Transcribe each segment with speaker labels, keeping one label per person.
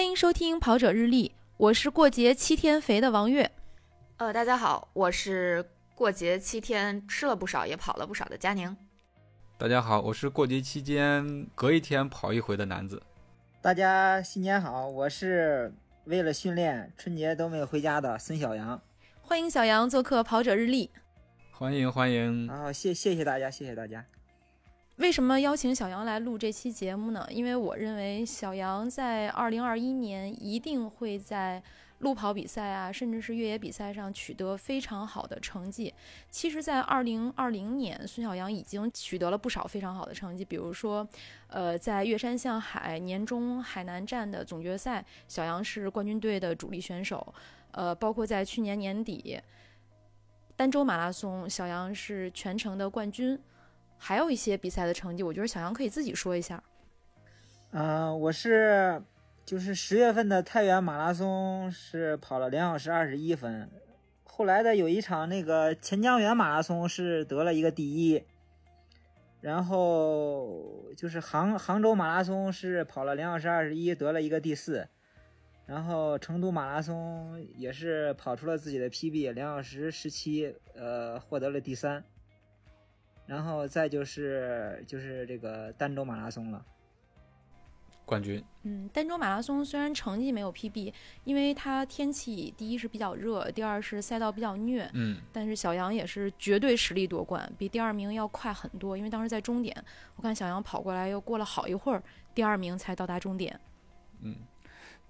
Speaker 1: 迎收听《跑者日历》，我是过节七天肥的王月。
Speaker 2: 呃，大家好，我是过节七天吃了不少也跑了不少的佳宁。
Speaker 3: 大家好，我是过节期间隔一天跑一回的男子。
Speaker 4: 大家新年好，我是为了训练春节都没有回家的孙小阳。
Speaker 1: 欢迎小杨做客《跑者日历》。
Speaker 3: 欢迎欢迎，
Speaker 4: 然后谢谢谢大家，谢谢大家。
Speaker 1: 为什么邀请小杨来录这期节目呢？因为我认为小杨在二零二一年一定会在路跑比赛啊，甚至是越野比赛上取得非常好的成绩。其实，在二零二零年，孙小杨已经取得了不少非常好的成绩，比如说，呃，在岳山向海年终海南站的总决赛，小杨是冠军队的主力选手。呃，包括在去年年底儋州马拉松，小杨是全程的冠军。还有一些比赛的成绩，我觉得小杨可以自己说一下。
Speaker 4: 嗯、我是就是十月份的太原马拉松是跑了两小时二十一分，后来的有一场那个钱江源马拉松是得了一个第一，然后就是杭杭州马拉松是跑了两小时二十一得了一个第四，然后成都马拉松也是跑出了自己的 PB 两小时十七，呃，获得了第三。然后再就是就是这个儋州马拉松了，
Speaker 3: 冠军。
Speaker 1: 嗯，儋州马拉松虽然成绩没有 PB，因为它天气第一是比较热，第二是赛道比较虐，
Speaker 3: 嗯，
Speaker 1: 但是小杨也是绝对实力夺冠，比第二名要快很多。因为当时在终点，我看小杨跑过来又过了好一会儿，第二名才到达终点。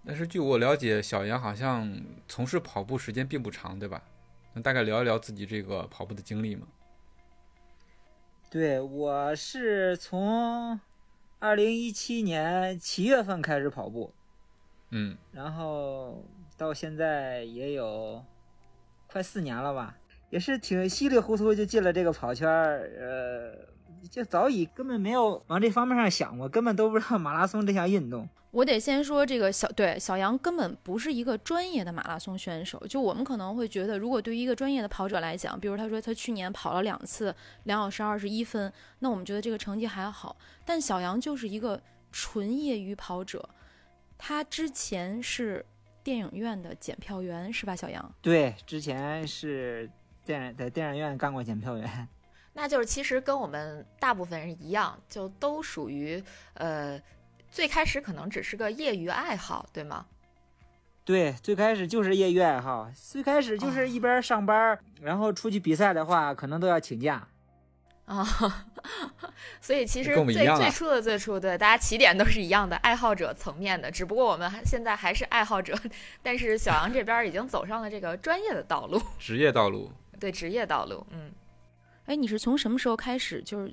Speaker 3: 但是据我了解，小杨好像从事跑步时间并不长，对吧？能大概聊一聊自己这个跑步的经历吗？
Speaker 4: 对，我是从二零一七年七月份开始跑步，
Speaker 3: 嗯，
Speaker 4: 然后到现在也有快四年了吧，也是挺稀里糊涂就进了这个跑圈儿，呃，就早已根本没有往这方面上想过，根本都不知道马拉松这项运动。
Speaker 1: 我得先说这个小对小杨根本不是一个专业的马拉松选手。就我们可能会觉得，如果对于一个专业的跑者来讲，比如他说他去年跑了两次两小时二十一分，那我们觉得这个成绩还好。但小杨就是一个纯业余跑者，他之前是电影院的检票员，是吧？小杨，
Speaker 4: 对，之前是电在电影院干过检票员，
Speaker 2: 那就是其实跟我们大部分人一样，就都属于呃，最开始可能只是个业余爱好，对吗？
Speaker 4: 对，最开始就是业余爱好，最开始就是一边上班儿，然后出去比赛的话，可能都要请假。
Speaker 2: 啊、 所以其实
Speaker 3: 跟我们一
Speaker 2: 最
Speaker 3: 样啊
Speaker 2: 最初的最初的，大家起点都是一样的，爱好者层面的，只不过我们还现在还是爱好者， 但是小杨这边已经走上了这个专业的道路，
Speaker 3: 职业道路，
Speaker 2: 对职业道路，嗯。
Speaker 1: 哎，你是从什么时候开始就是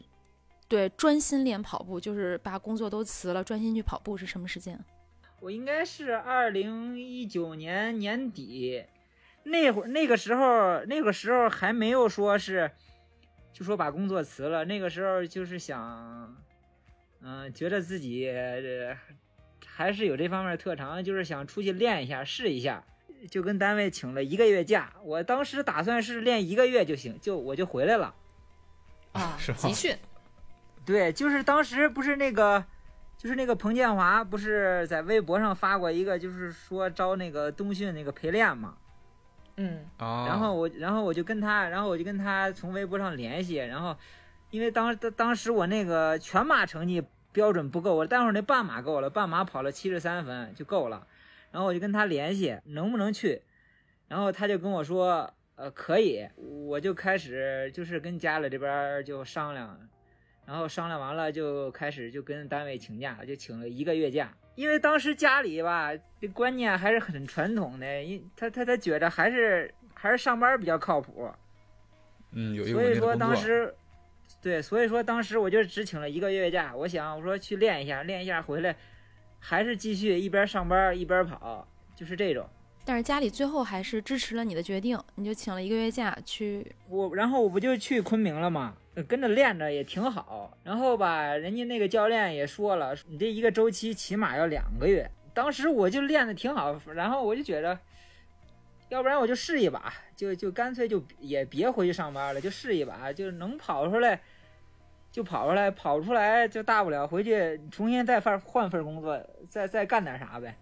Speaker 1: 对专心练跑步，就是把工作都辞了，专心去跑步是什么时间？
Speaker 4: 我应该是二零一九年年底，那会儿那个时候，那个时候还没有说是，就说把工作辞了。那个时候就是想，嗯、觉得自己、呃还是有这方面特长，就是想出去练一下，试一下。就跟单位请了一个月假，我当时打算是练一个月就行，就我就回来了。
Speaker 2: 啊，
Speaker 3: 是吗
Speaker 2: 集训
Speaker 4: 对，就是当时不是那个，就是那个彭建华不是在微博上发过一个，就是说招那个冬训那个陪练嘛。
Speaker 2: 嗯，
Speaker 3: 啊，
Speaker 4: 然后我，然后我就跟他，然后我就跟他从微博上联系，然后因为当当当时我那个全马成绩标准不够，我待会儿那半马够了，半马跑了七十三分就够了。然后我就跟他联系，能不能去？然后他就跟我说，呃，可以。我就开始就是跟家里这边儿就商量，然后商量完了就开始就跟单位请假，就请了一个月假。因为当时家里吧，这观念还是很传统的，因他他他觉着还是还是上班比较靠谱，
Speaker 3: 嗯，有一个
Speaker 4: 所
Speaker 3: 稳定
Speaker 4: 以
Speaker 3: 的
Speaker 4: 说
Speaker 3: 工
Speaker 4: 当
Speaker 3: 作，
Speaker 4: 时，对，所以说当时我就只请了一个月假。我想我说去练一下，练一下回来，还是继续一边上班一边跑，就是这种。
Speaker 1: 但是家里最后还是支持了你的决定，你就请了一个月假去。
Speaker 4: 我然后我不就去昆明了吗？呃跟着练着也挺好。然后吧，人家那个教练也说了，你这一个周期起码要两个月。当时我就练的挺好，然后我就觉着，要不然我就试一把，就就干脆就也别回去上班了，就试一把，就是能跑出来就跑出来，跑不出来就大不了回去重新再换换份工作，再再干点啥呗。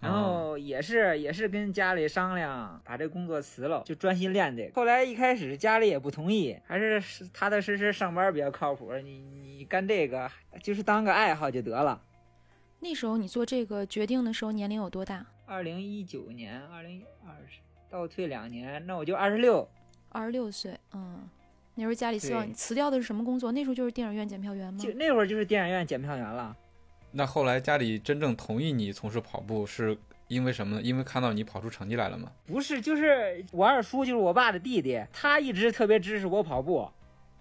Speaker 4: 然后也是也是跟家里商量，把这工作辞了，就专心练这个。后来一开始家里也不同意，还是踏踏实实上班比较靠谱。你你干这个就是当个爱好就得了。
Speaker 1: 那时候你做这个决定的时候年龄有多大？
Speaker 4: 二零一九年，二零二十倒退两年，那我就二十六。
Speaker 1: 二十六岁，嗯，那时候家里希望
Speaker 4: 对
Speaker 1: 你辞掉的是什么工作？那时候就是电影院检票员吗
Speaker 4: 就？那会儿就是电影院检票员了。
Speaker 3: 那后来家里真正同意你从事跑步，是因为什么呢？因为看到你跑出成绩来了吗？
Speaker 4: 不是，就是我二叔，就是我爸的弟弟，他一直特别支持我跑步。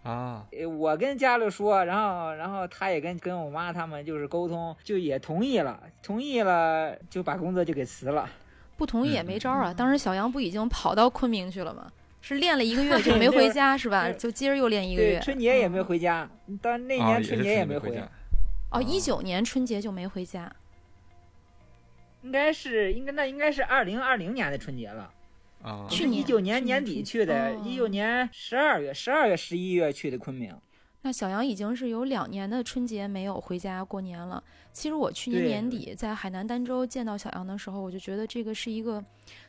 Speaker 3: 啊，
Speaker 4: 呃我跟家里说，然后，然后他也跟跟我妈他们就是沟通，就也同意了，同意了就把工作就给辞了。
Speaker 1: 不同意也没招儿啊。当时小杨不已经跑到昆明去了吗？是练了一个月就
Speaker 4: 对
Speaker 1: 没
Speaker 4: 那会
Speaker 1: 回
Speaker 4: 儿
Speaker 1: 家是吧？
Speaker 4: 对
Speaker 1: 就接着又练一个
Speaker 4: 对，
Speaker 1: 月。嗯
Speaker 4: 春节也没回家，但那
Speaker 3: 啊，
Speaker 4: 年
Speaker 3: 也是
Speaker 4: 春节也
Speaker 3: 没
Speaker 4: 回，
Speaker 3: 家。
Speaker 1: 哦，
Speaker 4: 嗯
Speaker 1: 一九年春节就没回家。
Speaker 4: 应该是应该那应该是二零二零年的春节了。
Speaker 3: 啊，
Speaker 1: 去年
Speaker 4: 一九
Speaker 1: 去年
Speaker 4: 年年底
Speaker 1: 春
Speaker 4: 去的，
Speaker 1: 哦
Speaker 4: 一九年十二月、十二月、十一月去的昆明。
Speaker 1: 那小杨已经是有两年的春节没有回家过年了。其实我去年
Speaker 4: 对
Speaker 1: 年底在海南儋州见到小杨的时候，我就觉得这个是一个，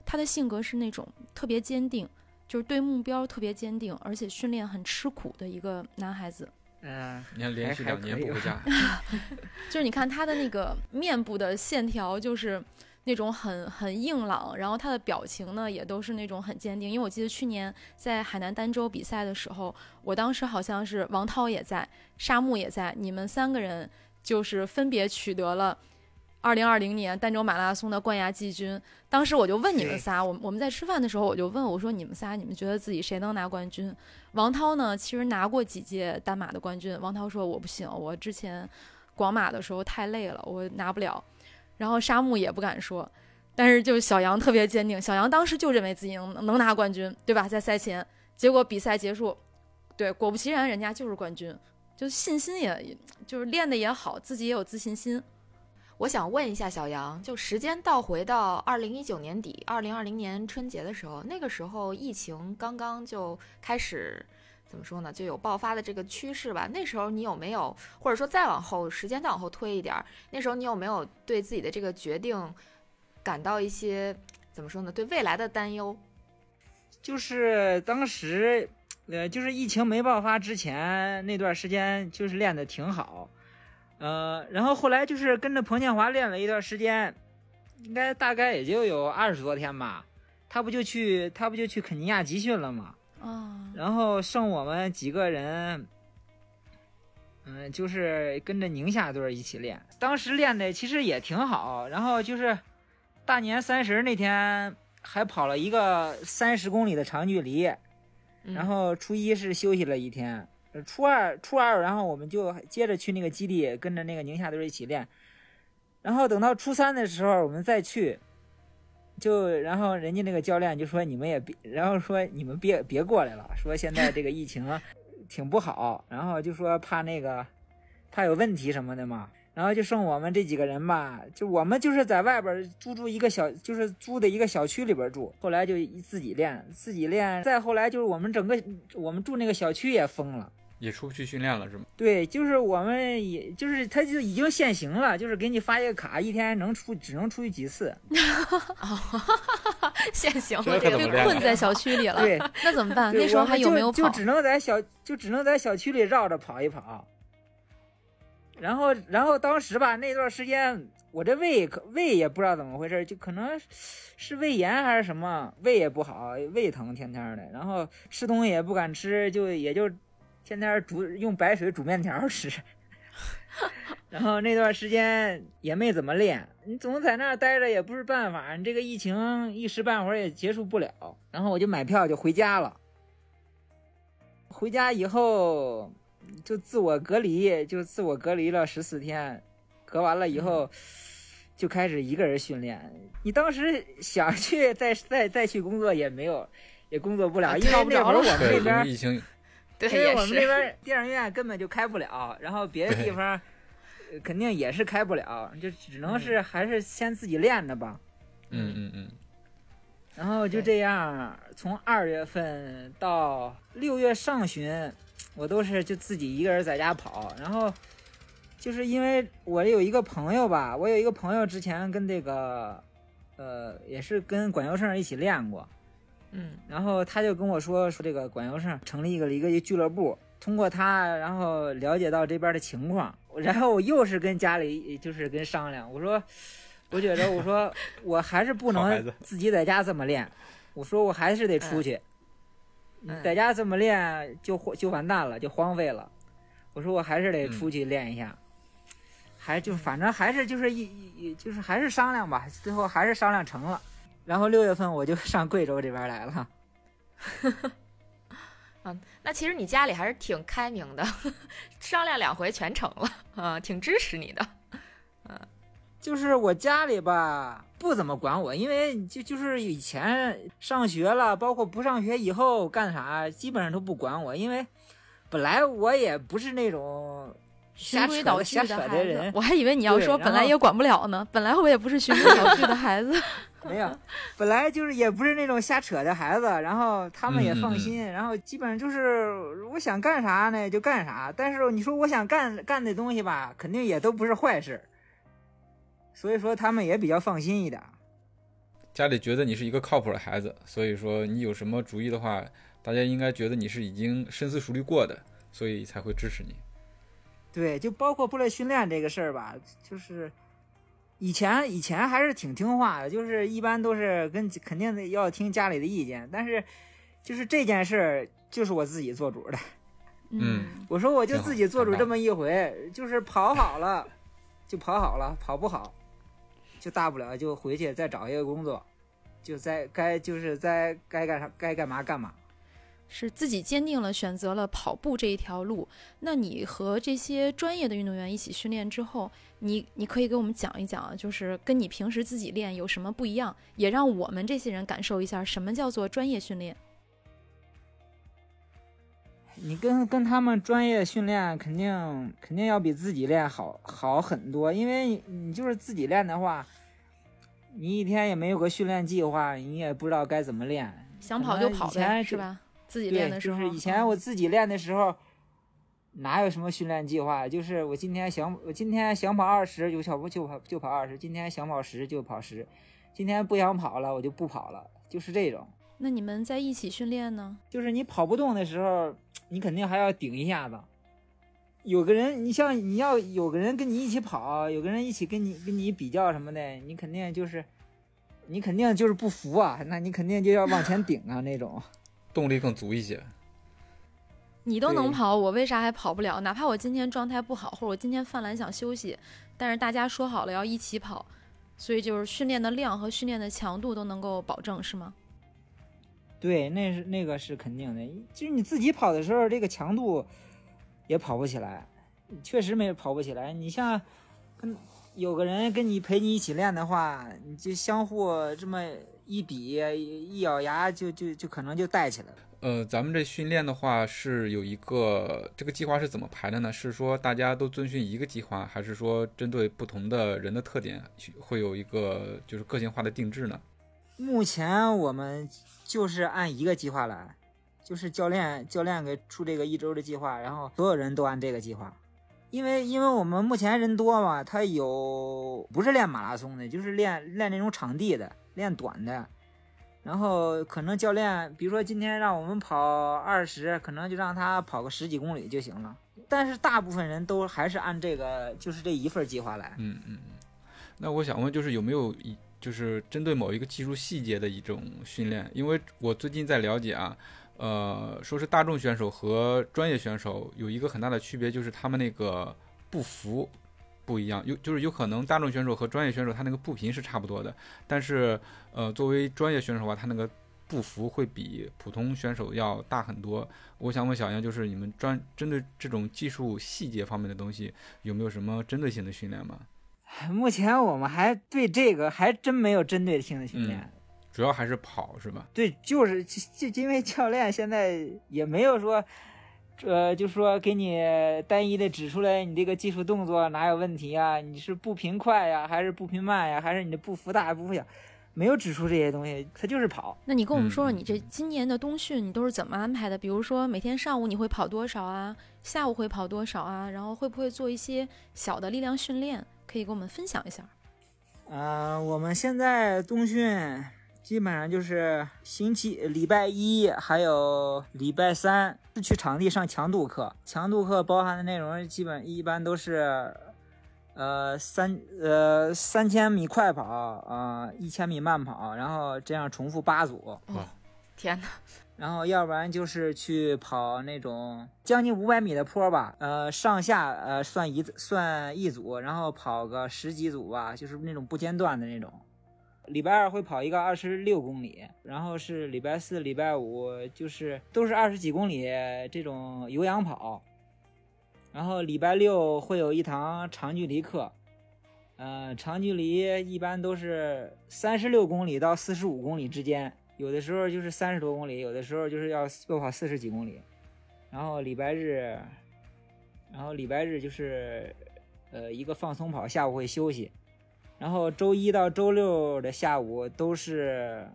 Speaker 1: 他的性格是那种特别坚定，就是对目标特别坚定，而且训练很吃苦的一个男孩子。
Speaker 4: 嗯，
Speaker 3: 你看连续两年不回家，
Speaker 1: 就是你看他的那个面部的线条，就是那种很很硬朗，然后他的表情呢也都是那种很坚定。因为我记得去年在海南儋州比赛的时候，我当时好像是王涛也在，沙木也在，你们三个人就是分别取得了。二零二零年儋州马拉松的冠亚季军，当时我就问你们仨，我们我们在吃饭的时候我就问我说你们仨，你们觉得自己谁能拿冠军？王涛呢，其实拿过几届单马的冠军。王涛说我不行，我之前广马的时候太累了，我拿不了。然后沙木也不敢说，但是就是小杨特别坚定，小杨当时就认为自己能能拿冠军，对吧？在赛前，结果比赛结束，对，果不其然，人家就是冠军，就信心也就是练的也好，自己也有自信心。
Speaker 2: 我想问一下小杨，就时间倒回到二零一九年底、二零二零年春节的时候，那个时候疫情刚刚就开始，怎么说呢，就有爆发的这个趋势吧。那时候你有没有，或者说再往后时间再往后推一点儿，那时候你有没有对自己的这个决定感到一些怎么说呢，对未来的担忧？
Speaker 4: 就是当时，呃，就是疫情没爆发之前那段时间，就是练的挺好，呃，然后后来就是跟着彭建华练了一段时间，应该大概也就有二十多天吧。他不就去他不就去肯尼亚集训了吗？
Speaker 1: 啊，
Speaker 4: 然后剩我们几个人，嗯，就是跟着宁夏队儿一起练。当时练的其实也挺好，然后就是大年三十那天还跑了一个三十公里的长距离，
Speaker 2: 嗯
Speaker 4: 然后初一是休息了一天，呃初二初二，然后我们就接着去那个基地跟着那个宁夏队儿一起练，然后等到初三的时候我们再去，就然后人家那个教练就说你们也别， 然后说你们别别过来了，说现在这个疫情挺不好，然后就说怕那个怕有问题什么的嘛。然后就剩我们这几个人吧，就我们就是在外边儿租住一个小，就是租的一个小区里边儿住。后来就自己练，自己练。再后来就是我们整个我们住那个小区也封了，
Speaker 3: 也出不去训练了是吗？
Speaker 4: 对，就是我们也就是他就已经限行了，就是给你发一个卡，一天能出只能出去几次。
Speaker 2: 现行
Speaker 3: 这
Speaker 2: 了，
Speaker 3: 可
Speaker 2: 这
Speaker 3: 怎
Speaker 2: 个
Speaker 3: 么
Speaker 1: 被
Speaker 3: 练
Speaker 1: 困
Speaker 3: 啊
Speaker 1: 在小区里了，
Speaker 4: 对，
Speaker 1: 那怎么办？
Speaker 4: 对
Speaker 1: 那时候
Speaker 4: 我们
Speaker 1: 还有
Speaker 4: 就
Speaker 1: 没有
Speaker 4: 就
Speaker 1: 跑？
Speaker 4: 只能在小就只能在小区里绕着跑一跑。然后，然后当时吧，那段时间我这胃可胃也不知道怎么回事，就可能是胃炎还是什么，胃也不好，胃疼天天的。然后吃东西也不敢吃，就也就天天煮用白水煮面条吃。 然后那段时间也没怎么练，你总在那儿待着也不是办法，你这个疫情一时半会儿也结束不了。然后我就买票就回家了。回家以后就自我隔离，就自我隔离了十四天，隔完了以
Speaker 2: 嗯
Speaker 4: 后就开始一个人训练。你当时想去 再再再去工作也没有，也工作不了，
Speaker 2: 啊
Speaker 4: 因为
Speaker 2: 跳不
Speaker 4: 那
Speaker 2: 着
Speaker 4: 会儿
Speaker 2: 了
Speaker 4: 我们
Speaker 3: 对，
Speaker 4: 那
Speaker 3: 因
Speaker 4: 边嗯
Speaker 3: 为疫情
Speaker 2: 对，
Speaker 4: 因为
Speaker 2: 也
Speaker 4: 我们这
Speaker 2: 是。
Speaker 4: 边电影院根本就开不了，然后别的地方呃肯定也是开不了，就只
Speaker 2: 嗯
Speaker 4: 能是还是先自己练着吧。
Speaker 3: 嗯嗯嗯，
Speaker 4: 然后就这样，从二月份到六月上旬，我都是就自己一个人在家跑。然后就是因为我有一个朋友吧，我有一个朋友之前跟这个呃，也是跟管优胜一起练过，
Speaker 2: 嗯
Speaker 4: 然后他就跟我说说这个管优胜成立一个一个俱乐部，通过他然后了解到这边的情况，然后我又是跟家里就是跟商量，我说 我觉着我说我还是 不
Speaker 3: 好孩子
Speaker 4: 能自己在家这么练，我说我还是得出去，你
Speaker 2: 嗯
Speaker 4: 在家这么练就荒就完蛋了，就荒废了，我说我还是
Speaker 3: 嗯
Speaker 4: 得出去练一下。还就反正还是就是一一一就是还是商量吧，最后还是商量成了。然后六月份我就上贵州这边来了，
Speaker 2: 啊，那其实你家里还是挺开明的， 商量两回全成了啊，挺支持你的。
Speaker 4: 就是我家里吧不怎么管我，因为就就是以前上学了，包括不上学以后干啥，基本上都不管我，因为本来我也不是那种
Speaker 1: 循
Speaker 4: 瞎
Speaker 1: 规
Speaker 4: 扯
Speaker 1: 蹈
Speaker 4: 的
Speaker 1: 矩
Speaker 4: 瞎
Speaker 1: 的
Speaker 4: 扯
Speaker 1: 孩
Speaker 4: 的
Speaker 1: 子
Speaker 4: 人，，
Speaker 1: 我还以为你要
Speaker 4: 对
Speaker 1: 说
Speaker 4: 然
Speaker 1: 本来
Speaker 4: 后
Speaker 1: 也管不了呢，本来我也不 是循规蹈矩的孩子。
Speaker 4: 没有，本来就是也不是那种瞎扯的孩子，然后他们也放心，然后基本上就是我想干啥呢就干啥，但是你说我想干干的东西吧，肯定也都不是坏事，所以说他们也比较放心一点。
Speaker 3: 家里觉得你是一个靠谱的孩子，所以说你有什么主意的话，大家应该觉得你是已经深思熟虑过的，所以才会支持你。
Speaker 4: 对，就包括部队训练这个事儿吧，就是以前以前还是挺听话的，就是一般都是跟肯定得要听家里的意见，但是就是这件事儿就是我自己做主的。
Speaker 3: 嗯，
Speaker 4: 我说我就
Speaker 3: 挺好
Speaker 4: 自己做主
Speaker 3: 很棒
Speaker 4: 这么一回，就是跑好了就跑好了，跑不好就大不了就回去再找一个工作，就在该就是在该干啥该干嘛干嘛。
Speaker 1: 是自己坚定了选择了跑步这一条路。那你和这些专业的运动员一起训练之后，你你可以给我们讲一讲啊，就是跟你平时自己练有什么不一样，也让我们这些人感受一下什么叫做专业训练。
Speaker 4: 你跟跟他们专业训练，肯定肯定要比自己练好好很多，因为你你就是自己练的话，你一天也没有个训练计划，你也不知道该怎么练。
Speaker 1: 想跑就跑
Speaker 4: 可
Speaker 1: 呗，
Speaker 4: 能以前
Speaker 1: 是吧？自己练
Speaker 4: 对，
Speaker 1: 的时
Speaker 4: 就
Speaker 1: 候，
Speaker 4: 是以前
Speaker 1: 嗯
Speaker 4: 我自己练的时候，哪有什么训练计划？就是我今天想我今天想跑二十，就跑就跑就跑二十；今天想跑十就跑十，今天不想跑了我就不跑了，就是这种。
Speaker 1: 那你们在一起训练呢？
Speaker 4: 就是你跑不动的时候，你肯定还要顶一下子。有个人，你像你要有个人跟你一起跑，有个人一起跟你跟你比较什么的，你肯定就是，你肯定就是不服啊，那你肯定就要往前顶啊那种。
Speaker 3: 动力更足一些。
Speaker 1: 你都能
Speaker 4: 对
Speaker 1: 跑，我为啥还跑不了？哪怕我今天状态不好，或者我今天犯懒想休息，但是大家说好了要一起跑，所以就是训练的量和训练的强度都能够保证，是吗？
Speaker 4: 对，那是那个是肯定的，就是你自己跑的时候，这个强度也跑不起来，确实没跑不起来。你像跟有个人跟你陪你一起练的话，你就相互这么一比一咬牙就，就就可能就带起来了。
Speaker 3: 呃，咱们这训练的话是有一个这个计划是怎么排的呢？是说大家都遵循一个计划，还是说针对不同的人的特点去会有一个就是个性化的定制呢？
Speaker 4: 目前我们就是按一个计划来，就是教练教练给出这个一周的计划，然后所有人都按这个计划。因为因为我们目前人多嘛，他有不是练马拉松的，就是练练那种场地的，练短的。然后可能教练，比如说今天让我们跑二十，可能就让他跑个十几公里就行了。但是大部分人都还是按这个，就是这一份计划来。
Speaker 3: 嗯嗯，嗯，那我想问，就是有没有一就是针对某一个技术细节的一种训练？因为我最近在了解啊，呃，说是大众选手和专业选手有一个很大的区别，就是他们那个步幅不一样，有就是有可能大众选手和专业选手他那个步频是差不多的，但是呃，作为专业选手的话，他那个步幅会比普通选手要大很多。我想问小杨，就是你们专针对这种技术细节方面的东西，有没有什么针对性的训练吗？
Speaker 4: 目前我们还对这个还真没有针对性的训练。
Speaker 3: 嗯主要还是跑是吧？
Speaker 4: 对，就是就就因为教练现在也没有说，呃，就说给你单一的指出来你这个技术动作哪有问题啊？你是步频快呀，还是步频慢呀，还是你的步幅大步幅小？没有指出这些东西，他就是跑。
Speaker 1: 那你跟我们说说，
Speaker 3: 嗯嗯
Speaker 1: 你这今年的冬训你都是怎么安排的？比如说每天上午你会跑多少啊？下午会跑多少啊？然后会不会做一些小的力量训练？可以给我们分享一下。
Speaker 4: 呃，我们现在冬训基本上就是星期礼拜一还有礼拜三是去场地上强度课，强度课包含的内容基本一般都是，呃三呃三千米快跑啊、呃一千米慢跑，然后这样重复八组，
Speaker 2: 天哪，
Speaker 4: 然后要不然就是去跑那种将近五百米的坡吧，呃，上下呃算一算一组，然后跑个十几组吧，就是那种不间断的那种。礼拜二会跑一个二十六公里，然后是礼拜四、礼拜五就是都是二十几公里这种有氧跑，然后礼拜六会有一堂长距离课，呃，长距离一般都是三十六公里到四十五公里之间，有的时候就是三十多公里，有的时候就是要要跑四十几公里。然后礼拜日，然后礼拜日就是呃一个放松跑，下午会休息。然后周一到周六的下午都是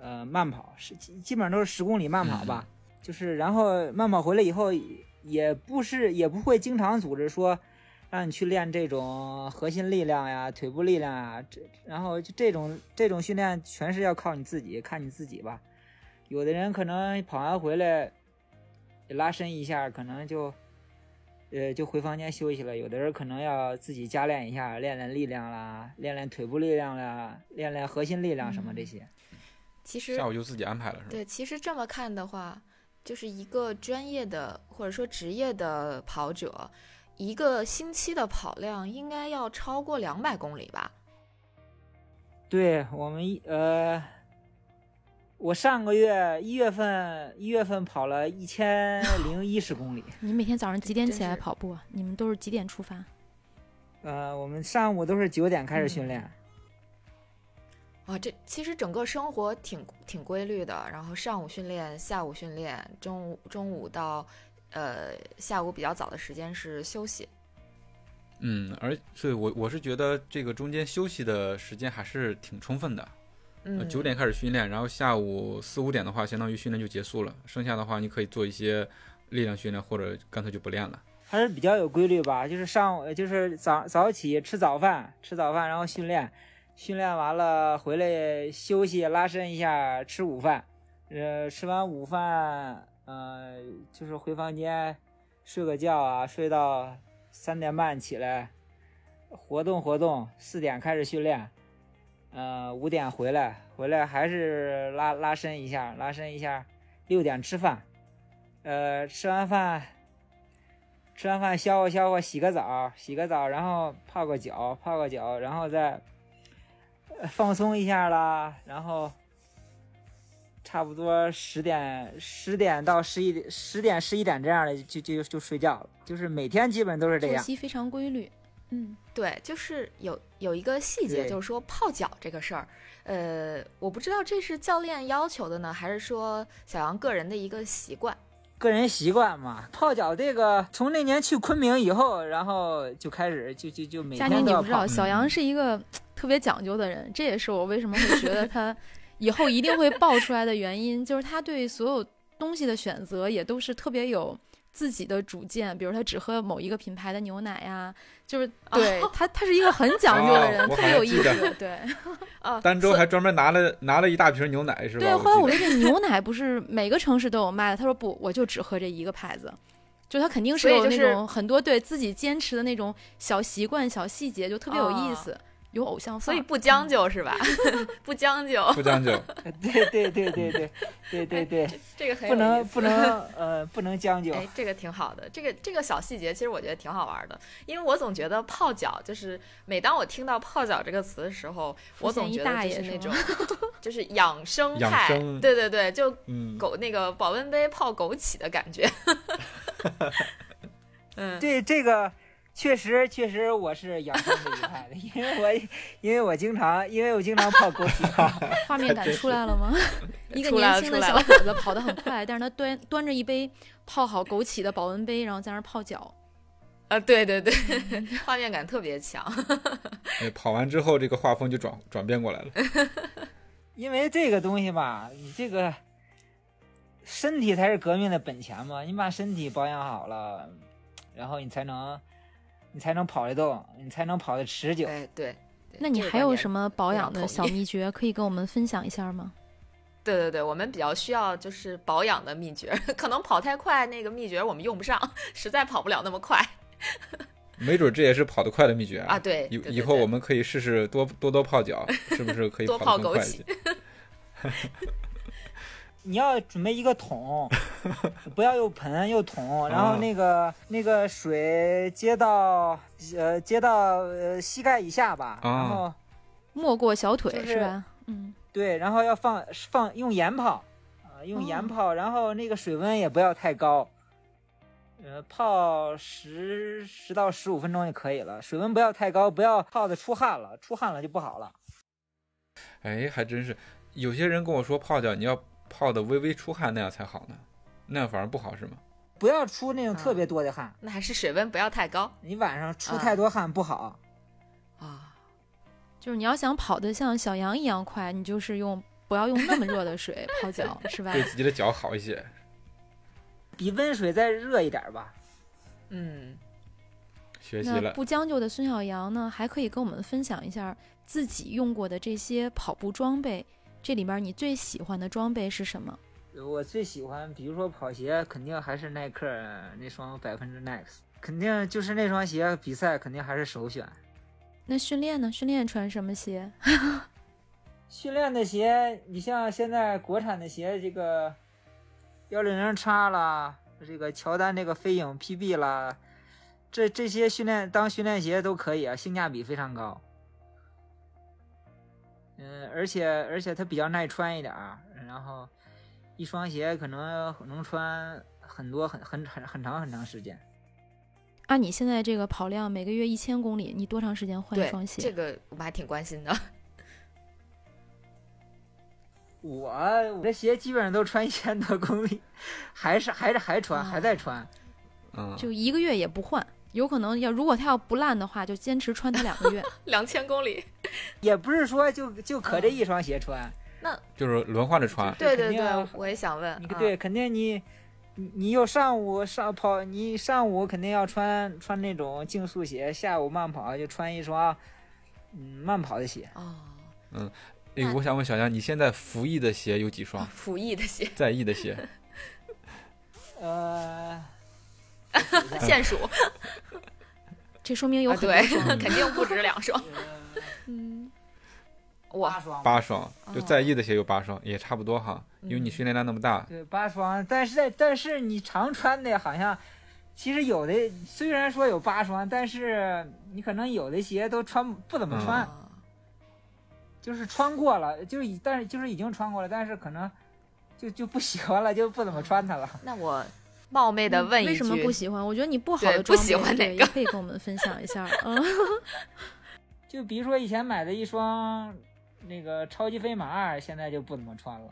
Speaker 4: 呃慢跑，是基基本上都是十公里慢跑吧。就是然后慢跑回来以后，也不是也不会经常组织说让你去练这种核心力量呀、腿部力量呀，这然后就这种这种训练全是要靠你自己，看你自己吧。有的人可能跑完回来拉伸一下，可能就呃就回房间休息了；有的人可能要自己加练一下，练练力量啦，练练腿部力量啦，练练核心力量什么这些。
Speaker 2: 其实
Speaker 3: 下午就自己安排了是吧？
Speaker 2: 对，其实这么看的话，就是一个专业的或者说职业的跑者，一个星期的跑量应该要超过两百公里吧？
Speaker 4: 对我们一呃，我上个月一月份一月份跑了一千零一十公里。
Speaker 1: 你每天早上几点
Speaker 2: 真
Speaker 1: 起来
Speaker 2: 是
Speaker 1: 跑步啊？你们都是几点出发？
Speaker 4: 呃，我们上午都是九点开始训练，
Speaker 2: 啊，这其实整个生活挺挺规律的，然后上午训练，下午训练，中午中午到呃下午比较早的时间是休息。
Speaker 3: 嗯，而所以我，我是觉得这个中间休息的时间还是挺充分的。
Speaker 2: 嗯，
Speaker 3: 呃九、点开始训练，然后下午四五点的话，相当于训练就结束了。剩下的话，你可以做一些力量训练，或者干脆就不练了。
Speaker 4: 还是比较有规律吧。就是上午呃就是早早起吃早饭，吃早饭然后训练，训练完了回来休息拉伸一下，吃午饭。呃，吃完午饭，呃，就是回房间睡个觉啊，睡到三点半起来，活动活动，四点开始训练，呃，五点回来，回来还是拉拉伸一下，拉伸一下，六点吃饭，呃，吃完饭，吃完饭消化消化，洗个澡，洗个澡，然后泡个脚，泡个脚，然后再呃放松一下啦，然后差不多十点十点到十一点十点十一点这样的就就就睡觉了，就是每天基本都是这
Speaker 1: 作
Speaker 2: 啊
Speaker 4: 样。
Speaker 1: 息非常规律。嗯，
Speaker 2: 对，就是有有一个细节，
Speaker 4: 对
Speaker 2: 就是说泡脚这个事儿，呃，我不知道这是教练要求的呢，还是说小杨个人的一个习惯。
Speaker 4: 个人习惯嘛，泡脚这个从那年去昆明以后，然后就开始就就就每
Speaker 1: 佳妮
Speaker 4: 天
Speaker 1: 你
Speaker 4: 都要
Speaker 1: 不知道，
Speaker 4: 泡。
Speaker 1: 小
Speaker 2: 嗯
Speaker 1: 杨是一个特别讲究的人，这也是我为什么会觉得他以后一定会爆出来的原因， 就是他对所有东西的选择也都是特别有。自己的主见，比如他只喝某一个品牌的牛奶呀、 就是对、他，他是一个很讲究的人，
Speaker 3: 哦我
Speaker 1: 特
Speaker 3: 好
Speaker 1: 别有
Speaker 3: 像
Speaker 1: 意
Speaker 3: 记得
Speaker 1: 思。对，
Speaker 2: 啊，
Speaker 3: 儋州
Speaker 2: 所
Speaker 3: 还专门拿了拿了一大瓶牛奶，是吧？
Speaker 1: 对，后来
Speaker 3: 记
Speaker 1: 我
Speaker 3: 得
Speaker 1: 说这牛奶不是每个城市都有卖的，他说不，我就只喝这一个牌子，就他肯定是
Speaker 2: 所以
Speaker 1: 有
Speaker 2: 就
Speaker 1: 那
Speaker 2: 是
Speaker 1: 种很多对自己坚持的那种小习惯、小细节，就特别有意
Speaker 2: 哦
Speaker 1: 思，有偶像
Speaker 2: 所
Speaker 1: 范
Speaker 2: 以
Speaker 1: 儿。
Speaker 2: 不将就是吧？ 不将就，
Speaker 3: 不将 就，
Speaker 4: 对对对对对对对对，
Speaker 2: 这个很有
Speaker 4: 不
Speaker 2: 意
Speaker 4: 能
Speaker 2: 思
Speaker 4: 不能呃不能将就。
Speaker 2: 哎，这个挺好的，这个这个小细节其实我觉得挺好玩的，因为我总觉得泡脚就是每当我听到泡脚这个词的时候，我总
Speaker 1: 现一
Speaker 2: 觉
Speaker 1: 大
Speaker 2: 得就
Speaker 1: 爷
Speaker 2: 是
Speaker 1: 是
Speaker 2: 那种
Speaker 1: 吗
Speaker 2: 就是养生
Speaker 3: 养
Speaker 2: 派，
Speaker 3: 生
Speaker 2: 对对对，就
Speaker 3: 嗯，
Speaker 2: 狗那个保温杯泡枸杞的感觉。 嗯，
Speaker 4: 对这个确实确实我是养生这一派的，因为我因为我经常因为我经常泡枸杞。
Speaker 1: 画 面感出来了吗？ 一个
Speaker 2: 出来
Speaker 1: 年
Speaker 2: 了
Speaker 1: 轻
Speaker 2: 出
Speaker 1: 的
Speaker 2: 来
Speaker 1: 小
Speaker 2: 了
Speaker 1: 伙子跑得很快，但是他端端着一杯泡好枸杞的保温杯，然后在那儿泡脚。
Speaker 2: 啊，对对 对，画面感特别强。
Speaker 3: 哎跑完之后这个画风就转转变过来了。
Speaker 4: 因为这个东西吧，你这个身体才是革命的本钱嘛，你把身体保养好了，然后你才能你才能跑得动，你才能跑得持久。
Speaker 2: 哎对对对
Speaker 1: 那你还有什
Speaker 2: 么？
Speaker 1: 么保
Speaker 2: 非
Speaker 1: 养
Speaker 2: 常
Speaker 1: 的
Speaker 2: 同
Speaker 1: 小
Speaker 2: 意
Speaker 1: 秘诀可以跟我们分享一下 吗？
Speaker 2: 对对对，我们比较需要就是保养的秘诀，可能跑太快那个秘诀我们用不上，实在跑不了那么快
Speaker 3: 没准这也是跑得快的秘诀
Speaker 2: 啊。对，
Speaker 3: 以
Speaker 2: 对
Speaker 3: 以后我
Speaker 2: 们
Speaker 3: 们可以试试多多多泡脚，是不是可以
Speaker 2: 多
Speaker 3: 跑
Speaker 2: 泡
Speaker 3: 得更
Speaker 2: 枸
Speaker 3: 快一
Speaker 2: 杞
Speaker 3: 些？
Speaker 4: 你要准备一个桶，不要又盆又桶，然后那个、那个水接到呃接到呃膝盖以下吧，
Speaker 3: 啊
Speaker 4: 然后
Speaker 1: 没过小腿、
Speaker 4: 就是
Speaker 1: 是、吧？嗯，
Speaker 4: 对，然后要放放用盐泡，啊、用盐泡，然后那个水温也不要太高，呃，泡十十到十五分钟就可以了，水温不要太高，不要泡的出汗了，出汗了就不好了。
Speaker 3: 哎，还真是，有些人跟我说泡脚你要泡的微微出汗那样才好呢，那样反而不好是吗？
Speaker 4: 不要出那种特别多的汗，
Speaker 2: 那还是水温不要太高
Speaker 4: 你晚上出
Speaker 2: 啊
Speaker 4: 太多汗不好。
Speaker 2: 啊。
Speaker 1: 就是你要想跑得像小羊一样快，你就是用不要用那么热的 水泡脚，是吧？
Speaker 3: 对自己的脚好一些。
Speaker 4: 比温水再热一点儿吧，
Speaker 2: 嗯，
Speaker 3: 学习
Speaker 1: 那
Speaker 3: 了，
Speaker 1: 不将就的孙小羊呢，还可以跟我们分享一下自己用过的这些跑步装备，这里面你最喜欢的装备是什么？
Speaker 4: 我最喜欢，比如说跑鞋，肯定还是耐克儿那双百分之 Next，肯定就是那双鞋，比赛肯定还是首选。
Speaker 1: 那训练呢？训练穿什么鞋？
Speaker 4: 训练的鞋，你像现在国产的鞋，这个幺六零叉啦，这个乔丹这个飞影 PB 啦，这这些训练当训练鞋都可以啊，性价比非常高。嗯，而且而且它比较耐穿一点儿，然后一双鞋可能能穿很多很很很很长很长时间。
Speaker 1: 按你现在这个跑量，每个月一千公里，你多长时间换一
Speaker 2: 对
Speaker 1: 双，鞋？
Speaker 2: 这个我们还挺关心的。
Speaker 4: 我我这鞋基本上都穿一千多公里，还是还是还穿，还在穿。
Speaker 3: 嗯，
Speaker 1: 就一个月也不换，有可能要如果它要不烂的话，就坚持穿它两 个月。
Speaker 2: 两千公里，
Speaker 4: 也不是说就就可这一双鞋穿，
Speaker 3: 就是轮换着穿。
Speaker 4: 这肯
Speaker 2: 对对
Speaker 4: 定
Speaker 2: 对
Speaker 4: 啊，
Speaker 2: 我也想问
Speaker 4: 你，
Speaker 2: 啊
Speaker 4: 对，肯定你你你又上午上跑，你上午肯定要穿穿那种竞速鞋，下午慢跑就穿一双嗯慢跑的鞋。
Speaker 2: 哦，
Speaker 3: 哎，我想问小杨，你现在服役的鞋有几双？
Speaker 2: 服役的鞋，
Speaker 3: 在役的鞋
Speaker 4: 呃， 嗯
Speaker 2: 限数，
Speaker 1: 这说明有
Speaker 2: 啊
Speaker 1: 很多
Speaker 2: 对
Speaker 1: 双。，
Speaker 2: 肯定不止两 双。啊
Speaker 1: 嗯，
Speaker 4: 八
Speaker 2: 哇，
Speaker 4: 双吧，
Speaker 3: 八双，就在役的鞋有八双，也差不多哈，因为你训练量那么大。
Speaker 4: 对，八双。但是但是你常穿的好像，其实有的虽然说有八双，但是你可能有的鞋都穿不怎么穿。
Speaker 2: 啊
Speaker 4: 就是穿过了，就是已但是就是已经穿过了，但是可能就就不喜欢了，就不怎么穿它了。
Speaker 2: 那我冒昧的问一
Speaker 1: 嗯
Speaker 2: 句，
Speaker 1: 为什么不喜欢？我觉得你不好的
Speaker 2: 对不
Speaker 1: 装备
Speaker 2: 喜欢哪
Speaker 1: 对
Speaker 2: 个
Speaker 1: 也可以跟我们分享一下。 嗯，
Speaker 4: 就比如说以前买的一双那个超级飞马二，现在就不怎么穿了。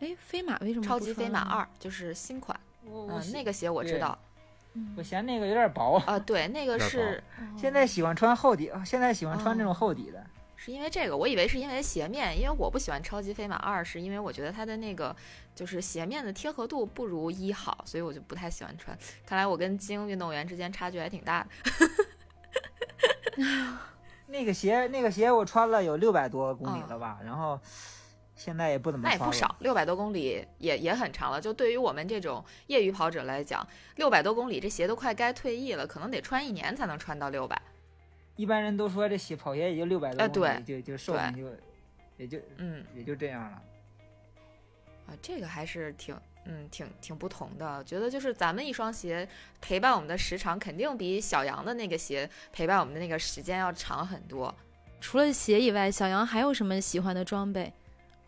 Speaker 1: 哎，飞马为什么
Speaker 2: 超
Speaker 1: 不
Speaker 2: 级飞
Speaker 1: 穿
Speaker 2: 马
Speaker 1: 呢？
Speaker 2: 二就是新款，
Speaker 4: 我
Speaker 2: 嗯，
Speaker 4: 啊
Speaker 2: 那
Speaker 4: 个
Speaker 2: 个鞋我知
Speaker 4: 对
Speaker 2: 道，
Speaker 1: 嗯
Speaker 4: 我嫌那个有点薄，
Speaker 2: 啊，对，那个
Speaker 3: 有点
Speaker 2: 是
Speaker 1: 哦
Speaker 4: 现在喜欢穿厚底，现在喜欢穿这种
Speaker 2: 哦
Speaker 4: 厚底的。
Speaker 2: 是因为这个，我以为是因为鞋面，因为我不喜欢超级飞马二，是因为我觉得它的那个就是鞋面的贴合度不如一好，所以我就不太喜欢穿。看来我跟精英运动员之间差距还挺大的。
Speaker 4: 那个鞋那个鞋我穿了有六百多公里了吧，然后现在也不怎么
Speaker 2: 哦那也
Speaker 4: 穿了。
Speaker 2: 不少，六百多公里也也很长了。就对于我们这种业余跑者来讲，六百多公里这鞋都快该退役了，可能得穿一年才能穿到六百。
Speaker 4: 一般人都说这鞋跑鞋也就六百多
Speaker 2: 哎
Speaker 4: 公里，
Speaker 2: 对
Speaker 4: 就就寿命就也就
Speaker 2: 嗯，
Speaker 4: 也就这样了。
Speaker 2: 啊，这个还是挺，嗯，挺挺不同的。觉得就是咱们一双鞋陪伴我们的时长，肯定比小杨的那个鞋陪伴我们的那个时间要长很多。
Speaker 1: 除了鞋以外，小杨还有什么喜欢的装备，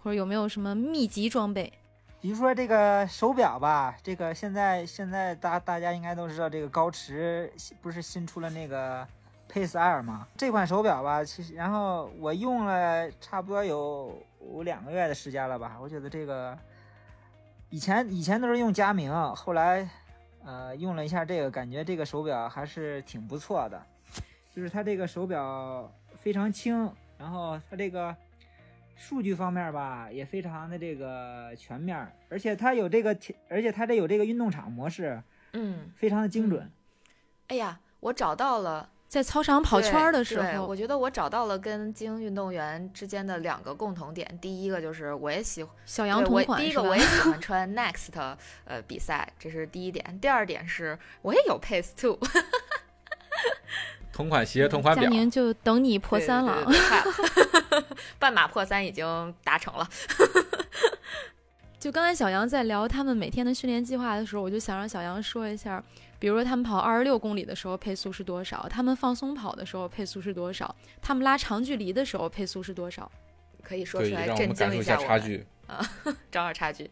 Speaker 1: 或者有没有什么秘籍装备？
Speaker 4: 比如说这个手表吧，这个现在现在大大家应该都知道，这个高驰不是新出了那个 Pace 二嘛？这款手表吧，其实然后我用了差不多有两个月的时间了吧，我觉得这个以前以前都是用佳明，后来呃用了一下这个，感觉这个手表还是挺不错的，就是它这个手表非常轻，然后它这个数据方面吧也非常的这个全面儿，而且它有这个铁，而且它这有这个运动场模式，
Speaker 2: 嗯，
Speaker 4: 非常的精准。
Speaker 2: 哎呀，我找到了
Speaker 1: 在操场跑圈儿
Speaker 2: 对
Speaker 1: 的时
Speaker 2: 对
Speaker 1: 候
Speaker 2: 我，觉得我找到了跟精英运动员之间的两个共同点。第一个就是我也喜欢，
Speaker 1: 小
Speaker 2: 对
Speaker 1: 羊同
Speaker 2: 我
Speaker 1: 款
Speaker 2: 第一
Speaker 1: 是
Speaker 2: 个
Speaker 1: 吧
Speaker 2: 我也喜欢穿 Next 呃比赛，这是第一点。第二点是我也有 Pace Two
Speaker 3: 同款鞋、同款
Speaker 1: 佳
Speaker 3: 表，
Speaker 1: 宁就等你破
Speaker 2: 对
Speaker 1: 三了。啊
Speaker 2: 对对对对嗨半马破三已经达成了。
Speaker 1: 就刚才小杨在聊他们每天的训练计划的时候，我就想让小杨说一下，比如说他们跑二十六公里的时候配速是多少，他们放松跑的时候配速是多少，他们拉长距离的时候配速是多少。
Speaker 2: 可以说
Speaker 3: 对，
Speaker 2: 出来
Speaker 3: 让我
Speaker 2: 震
Speaker 3: 们感受
Speaker 2: 惊一
Speaker 3: 一
Speaker 2: 下
Speaker 3: 下
Speaker 2: 我们
Speaker 3: 差，距。
Speaker 2: 找找差距。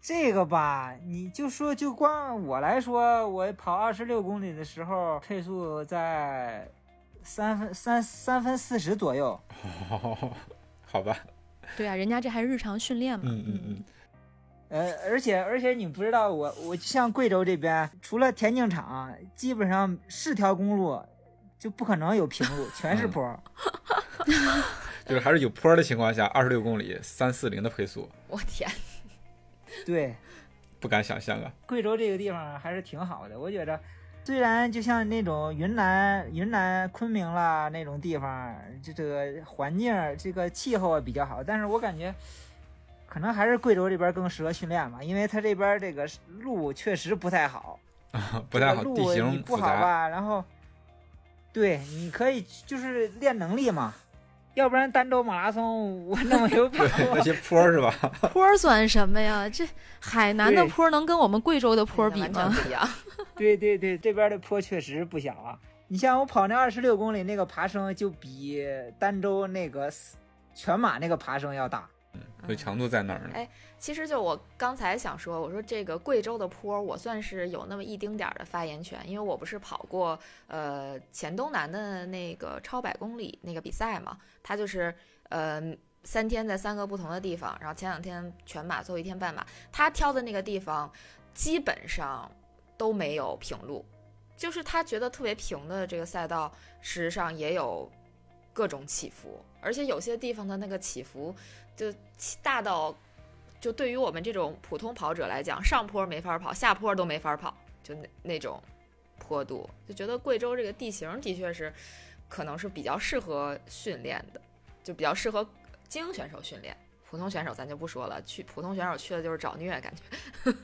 Speaker 4: 这个吧，你就说就光我来说，我跑二十六公里的时候，配速在三分三三分四十左右。
Speaker 3: 好吧，
Speaker 1: 对啊，人家这还是日常训练嘛。
Speaker 3: 嗯嗯 嗯，
Speaker 4: 呃，而且而且你不知道我，我就像贵州这边，除了田径场，基本上是条公路就不可能有平路，全是坡。
Speaker 3: 就是还是有坡儿的情况下，二十六公里三四零的配速，
Speaker 2: 我天，
Speaker 4: 对，
Speaker 3: 不敢想象啊。
Speaker 4: 贵州这个地方还是挺好的，我觉着。虽然就像那种云南、云南昆明啦那种地方，这这个环境、这个气候啊比较好，但是我感觉可能还是贵州这边更适合训练吧，因为它这边这个路确实不太好。
Speaker 3: 不
Speaker 4: 这
Speaker 3: 太
Speaker 4: 个
Speaker 3: 好，
Speaker 4: 路
Speaker 3: 地
Speaker 4: 你
Speaker 3: 形
Speaker 4: 不
Speaker 3: 复
Speaker 4: 好
Speaker 3: 杂。
Speaker 4: 吧？然后，对，你可以就是练能力嘛，要不然单周马拉松我那么有把
Speaker 3: 对 那
Speaker 4: 握，
Speaker 3: 些坡儿是吧？
Speaker 1: 坡儿算什么呀？这海南的
Speaker 4: 对
Speaker 1: 坡儿能跟我们贵州的坡儿比
Speaker 2: 哎完全
Speaker 1: 吗？
Speaker 2: 不一样。
Speaker 4: 对对对，这边的坡确实不小啊。你像我跑那二十六公里那个爬升，就比儋州那个四全马那个爬升要大。
Speaker 3: 所以强度在那儿呢
Speaker 2: 哎。其实就我刚才想说，我说这个贵州的坡儿，我算是有那么一丁点儿的发言权，因为我不是跑过呃黔东南的那个超百公里那个比赛嘛，它就是呃三天在三个不同的地方，然后前两天全马，最后一天半马，他挑的那个地方基本上都没有平路，就是他觉得特别平的这个赛道，事实上也有各种起伏，而且有些地方的那个起伏就起大到，就对于我们这种普通跑者来讲，上坡没法跑，下坡都没法跑，就那那种坡度，就觉得贵州这个地形的确是可能是比较适合训练的，就比较适合精英选手训练。普通选手咱就不说了，去普通选手去了就是找虐，感觉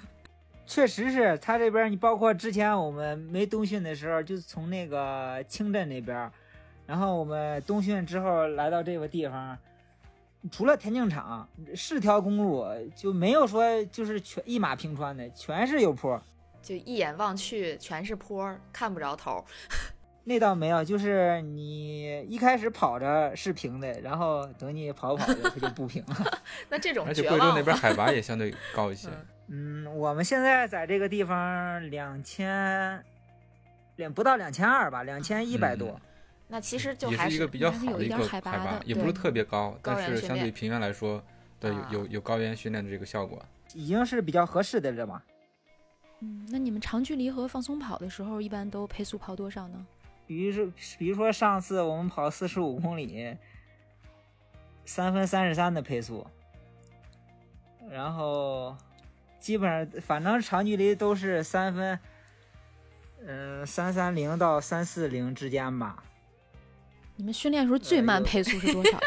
Speaker 4: 确实是他这边，你包括之前我们没冬训的时候，就是从那个清镇那边，然后我们冬训之后来到这个地方，除了田径场是条公路，就没有说就是全一马平川的，全是有坡。
Speaker 2: 就一眼望去全是坡儿，看不着头儿。
Speaker 4: 那倒没有，就是你一开始跑着是平的，然后等你跑跑着它就不平了。
Speaker 2: 那这种
Speaker 3: 而且
Speaker 2: 绝
Speaker 3: 贵州
Speaker 2: 望
Speaker 3: 那
Speaker 2: 了
Speaker 3: 边海拔也相对高一些，
Speaker 2: 嗯
Speaker 4: 嗯，我们现在在这个地方两千，两不到两千二吧，两千一百多。
Speaker 2: 那其实就
Speaker 3: 也
Speaker 2: 还
Speaker 3: 是一个比较
Speaker 1: 还是
Speaker 3: 好
Speaker 1: 有
Speaker 3: 的
Speaker 1: 一
Speaker 3: 一
Speaker 1: 点
Speaker 3: 个
Speaker 1: 海
Speaker 3: 海
Speaker 1: 拔的
Speaker 3: 也不是
Speaker 1: 对
Speaker 3: 特别高，
Speaker 2: 高
Speaker 3: 但
Speaker 2: 原
Speaker 3: 是
Speaker 2: 训
Speaker 3: 相对
Speaker 2: 练
Speaker 3: 平原来说，对，有
Speaker 2: 啊
Speaker 3: 有有高原训练的这个效果。
Speaker 4: 已经是比较合适的了嘛。
Speaker 1: 嗯，那你们长距离和放松跑的时候，一般都配速跑多少呢？
Speaker 4: 比如说，比如说上次我们跑四十五公里，三分三十三的配速，然后基本上反正长距离都是三分，嗯、三三零到三四零之间吧。
Speaker 1: 你们训练时候最慢
Speaker 4: 有
Speaker 1: 配速是多 少？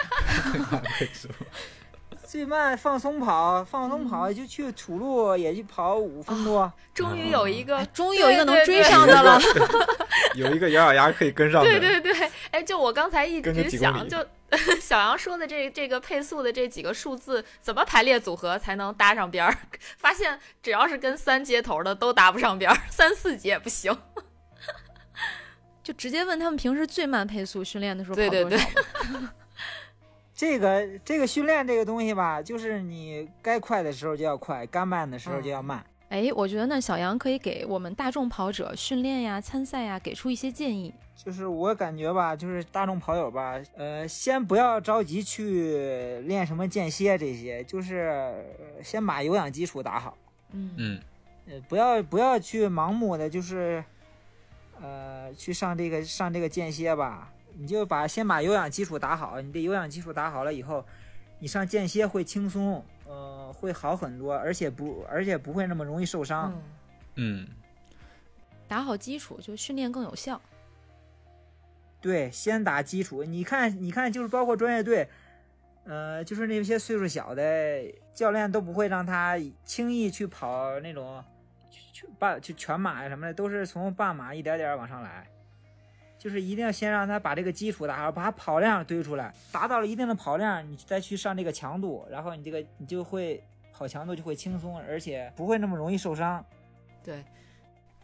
Speaker 4: 最慢放松跑，放松跑就去土路，也就跑五分多。
Speaker 2: 终于有一个，
Speaker 1: 哎终于有一个能
Speaker 2: 对对
Speaker 1: 追
Speaker 2: 对
Speaker 1: 上的了。
Speaker 3: 有一个咬咬牙可以跟上的，
Speaker 2: 对对对，哎，就我刚才一
Speaker 3: 跟着
Speaker 2: 直
Speaker 3: 几公
Speaker 2: 想，
Speaker 3: 里
Speaker 2: 就 小杨说的这这个配速的这几个数字怎么排列组合才能搭上边儿？ 发现只要是跟三接头的都搭不上边儿， 三四级也不行。
Speaker 1: 就直接问他们平时最慢配速训练的时候跑
Speaker 2: 对
Speaker 1: 多少
Speaker 2: 对
Speaker 1: 吧。
Speaker 2: 对
Speaker 4: 这个这个训练这个东西吧，就是你该快的时候就要快，该慢的时候就要慢。
Speaker 1: 哎，我觉得呢，小杨可以给我们大众跑者训练呀、参赛呀，给出一些建议。
Speaker 4: 就是我感觉吧，就是大众跑友吧，呃，先不要着急去练什么间歇这些，就是呃先把有氧基础打好，
Speaker 2: 嗯，
Speaker 3: 嗯，
Speaker 4: 呃，不要不要去盲目的就是，呃，去上这个上这个间歇吧，你就把先把有氧基础打好，你的有氧基础打好了以后，你上间歇会轻松，呃，会好很多，而且不而且不会那么容易受伤。
Speaker 2: 嗯
Speaker 3: 嗯，
Speaker 1: 打好基础，就训练更有效。
Speaker 4: 对，先打基础。你看，你看，就是包括专业队，呃，就是那些岁数小的教练都不会让他轻易去跑那种去半去全马呀什么的，都是从半马一点点往上来。就是一定要先让他把这个基础打好，把他跑量堆出来，达到了一定的跑量，你再去上这个强度，然后你这个你就会跑强度就会轻松，而且不会那么容易受伤。
Speaker 2: 对，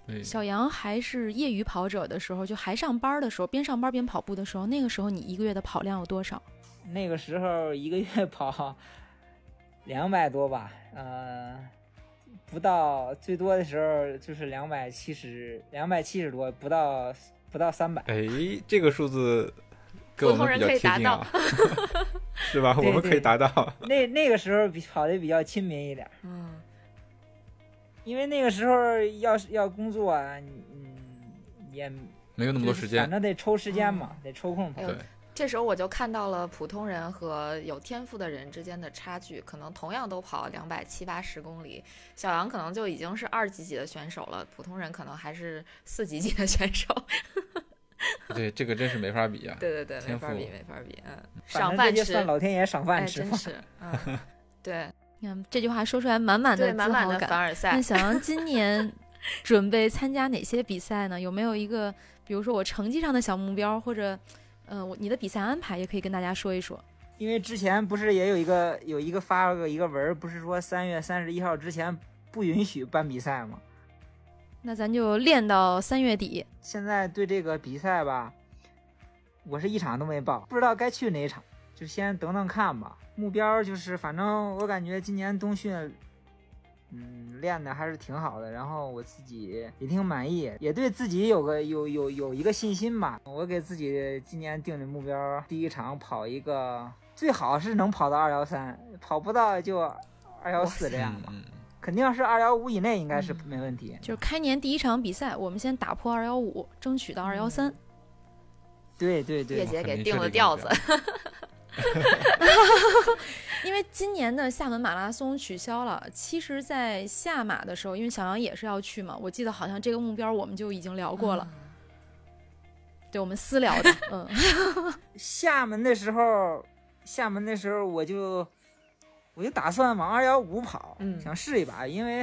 Speaker 3: 对，
Speaker 1: 小杨还是业余跑者的时候，就还上班的时候，边上班边跑步的时候，那个时候你一个月的跑量有多少？
Speaker 4: 那个时候一个月跑 两百多吧，呃，不到最多的时候就是两百七十，两百七十多，不到不到三百。
Speaker 3: 哎，这个数字跟我们比较贴近啊， 是吧？
Speaker 4: 对
Speaker 3: 我们可以达到。
Speaker 4: 那那个时候比跑的比较亲民一点，
Speaker 2: 嗯，
Speaker 4: 因为那个时候要是要工作啊，你嗯，也
Speaker 3: 没有那么多时间
Speaker 4: 反，正得抽时间嘛，得抽空跑
Speaker 2: 哎。呦
Speaker 3: 对
Speaker 2: 这时候我就看到了普通人和有天赋的人之间的差距，可能同样都跑两百七八十公里，小杨可能就已经是二级级的选手了，普通人可能还是四级级的选手。
Speaker 3: 对，这个真是没法比啊。
Speaker 2: 对对对，没
Speaker 3: 天
Speaker 2: 法
Speaker 3: 赋
Speaker 2: 比，没法比，嗯，
Speaker 4: 反
Speaker 2: 赏
Speaker 4: 正
Speaker 2: 饭
Speaker 4: 这就
Speaker 2: 吃，
Speaker 4: 算老天爷赏
Speaker 2: 哎，
Speaker 4: 饭吃
Speaker 2: 真
Speaker 4: 嘛。
Speaker 2: 是，嗯， 对
Speaker 1: 你看嗯这句话说出来，满满
Speaker 2: 对，
Speaker 1: 的
Speaker 2: 满
Speaker 1: 自
Speaker 2: 满
Speaker 1: 豪
Speaker 2: 的
Speaker 1: 感
Speaker 2: 凡。尔赛
Speaker 1: 那，小杨今 年准备参加哪些比赛呢？有没有一个，比如说我成绩上的小目标，或者，呃，我你的比赛安排也可以跟大家说一说。
Speaker 4: 因为之前不是也有一个有一个发过一个文儿，不是说三月三十一号之前不允许办比赛吗？
Speaker 1: 那咱就练到三月底，
Speaker 4: 现在对这个比赛吧，我是一场都没报，不知道该去哪一场，就先等等看吧。目标就是，反正我感觉今年冬训，嗯，练的还是挺好的，然后我自己也挺满意，也对自己有个有有有一个信心吧。我给自己今年定的目标，第一场跑一个，最好是能跑到二幺三，跑不到就二幺四这样吧，
Speaker 3: 嗯，
Speaker 4: 肯定是二幺五以内应该是没问题。
Speaker 1: 嗯就是开年第一场比赛，我们先打破二幺五，争取到二幺
Speaker 2: 嗯
Speaker 1: 三。
Speaker 4: 对对对
Speaker 2: 叶，姐
Speaker 3: 很
Speaker 2: 给
Speaker 3: 明
Speaker 2: 定
Speaker 3: 确
Speaker 2: 了
Speaker 3: 的一个
Speaker 2: 调
Speaker 3: 目
Speaker 2: 子，
Speaker 1: 因为今年的厦门马拉松取消了。其实，在下马的时候，因为小杨也是要去嘛，我记得好像这个目标我们就已经聊过了，
Speaker 2: 嗯
Speaker 1: 对我们私聊的。嗯，
Speaker 4: 厦门的时候，厦门的时候我就我就打算往二幺五跑，
Speaker 2: 嗯
Speaker 4: 想试一把，因为